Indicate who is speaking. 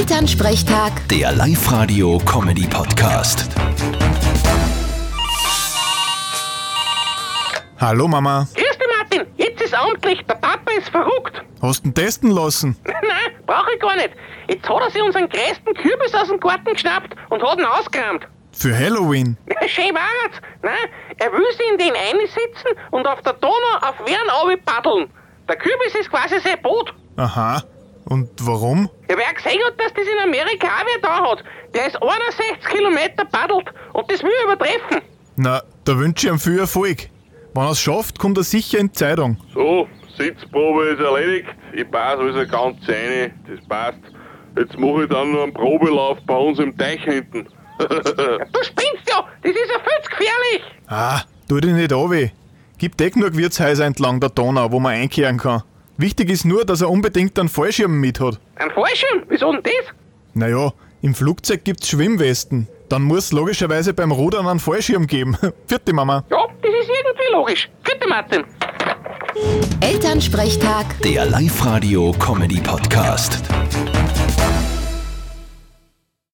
Speaker 1: Elternsprechtag,
Speaker 2: Der Live-Radio-Comedy-Podcast.
Speaker 3: Hallo Mama,
Speaker 4: Grüß dich, Martin. Jetzt ist amtlich. Der Papa ist verrückt.
Speaker 3: hast ihn testen lassen?
Speaker 4: Nein, brauche ich gar nicht. Jetzt hat er sich unseren größten Kürbis aus dem Garten geschnappt und hat ihn ausgerammt.
Speaker 3: Für Halloween?
Speaker 4: Schön war's. Nein, er will sich in den einsitzen und auf der Donau auf Wernau paddeln. Der Kürbis ist quasi sein Boot.
Speaker 3: Aha. Und warum?
Speaker 4: Ja, wer gesehen hat, dass das in Amerika auch wer da hat, der ist 61 Kilometer paddelt und das will er übertreffen.
Speaker 3: Na, da wünsche ich ihm viel Erfolg. Wenn er es schafft, kommt er sicher in die Zeitung.
Speaker 5: So, Sitzprobe ist erledigt. Ich passe also ganz eine, das passt. Jetzt mache ich dann noch einen Probelauf bei uns im Teich hinten.
Speaker 4: Du spinnst ja, das ist ja viel zu gefährlich.
Speaker 3: Ah, tu dir nicht an weh. Gibt eh genug Wirtshäuser entlang der Donau, wo man einkehren kann. Wichtig ist nur, dass er unbedingt einen Fallschirm mit hat.
Speaker 4: Ein Fallschirm, wieso denn das?
Speaker 3: Naja, im Flugzeug gibt's Schwimmwesten. Dann muss logischerweise beim Rudern einen Fallschirm geben. Vierte Mama.
Speaker 4: Ja, das ist irgendwie logisch. Gute Martin.
Speaker 1: Elternsprechtag.
Speaker 2: Der Live-Radio-Comedy-Podcast.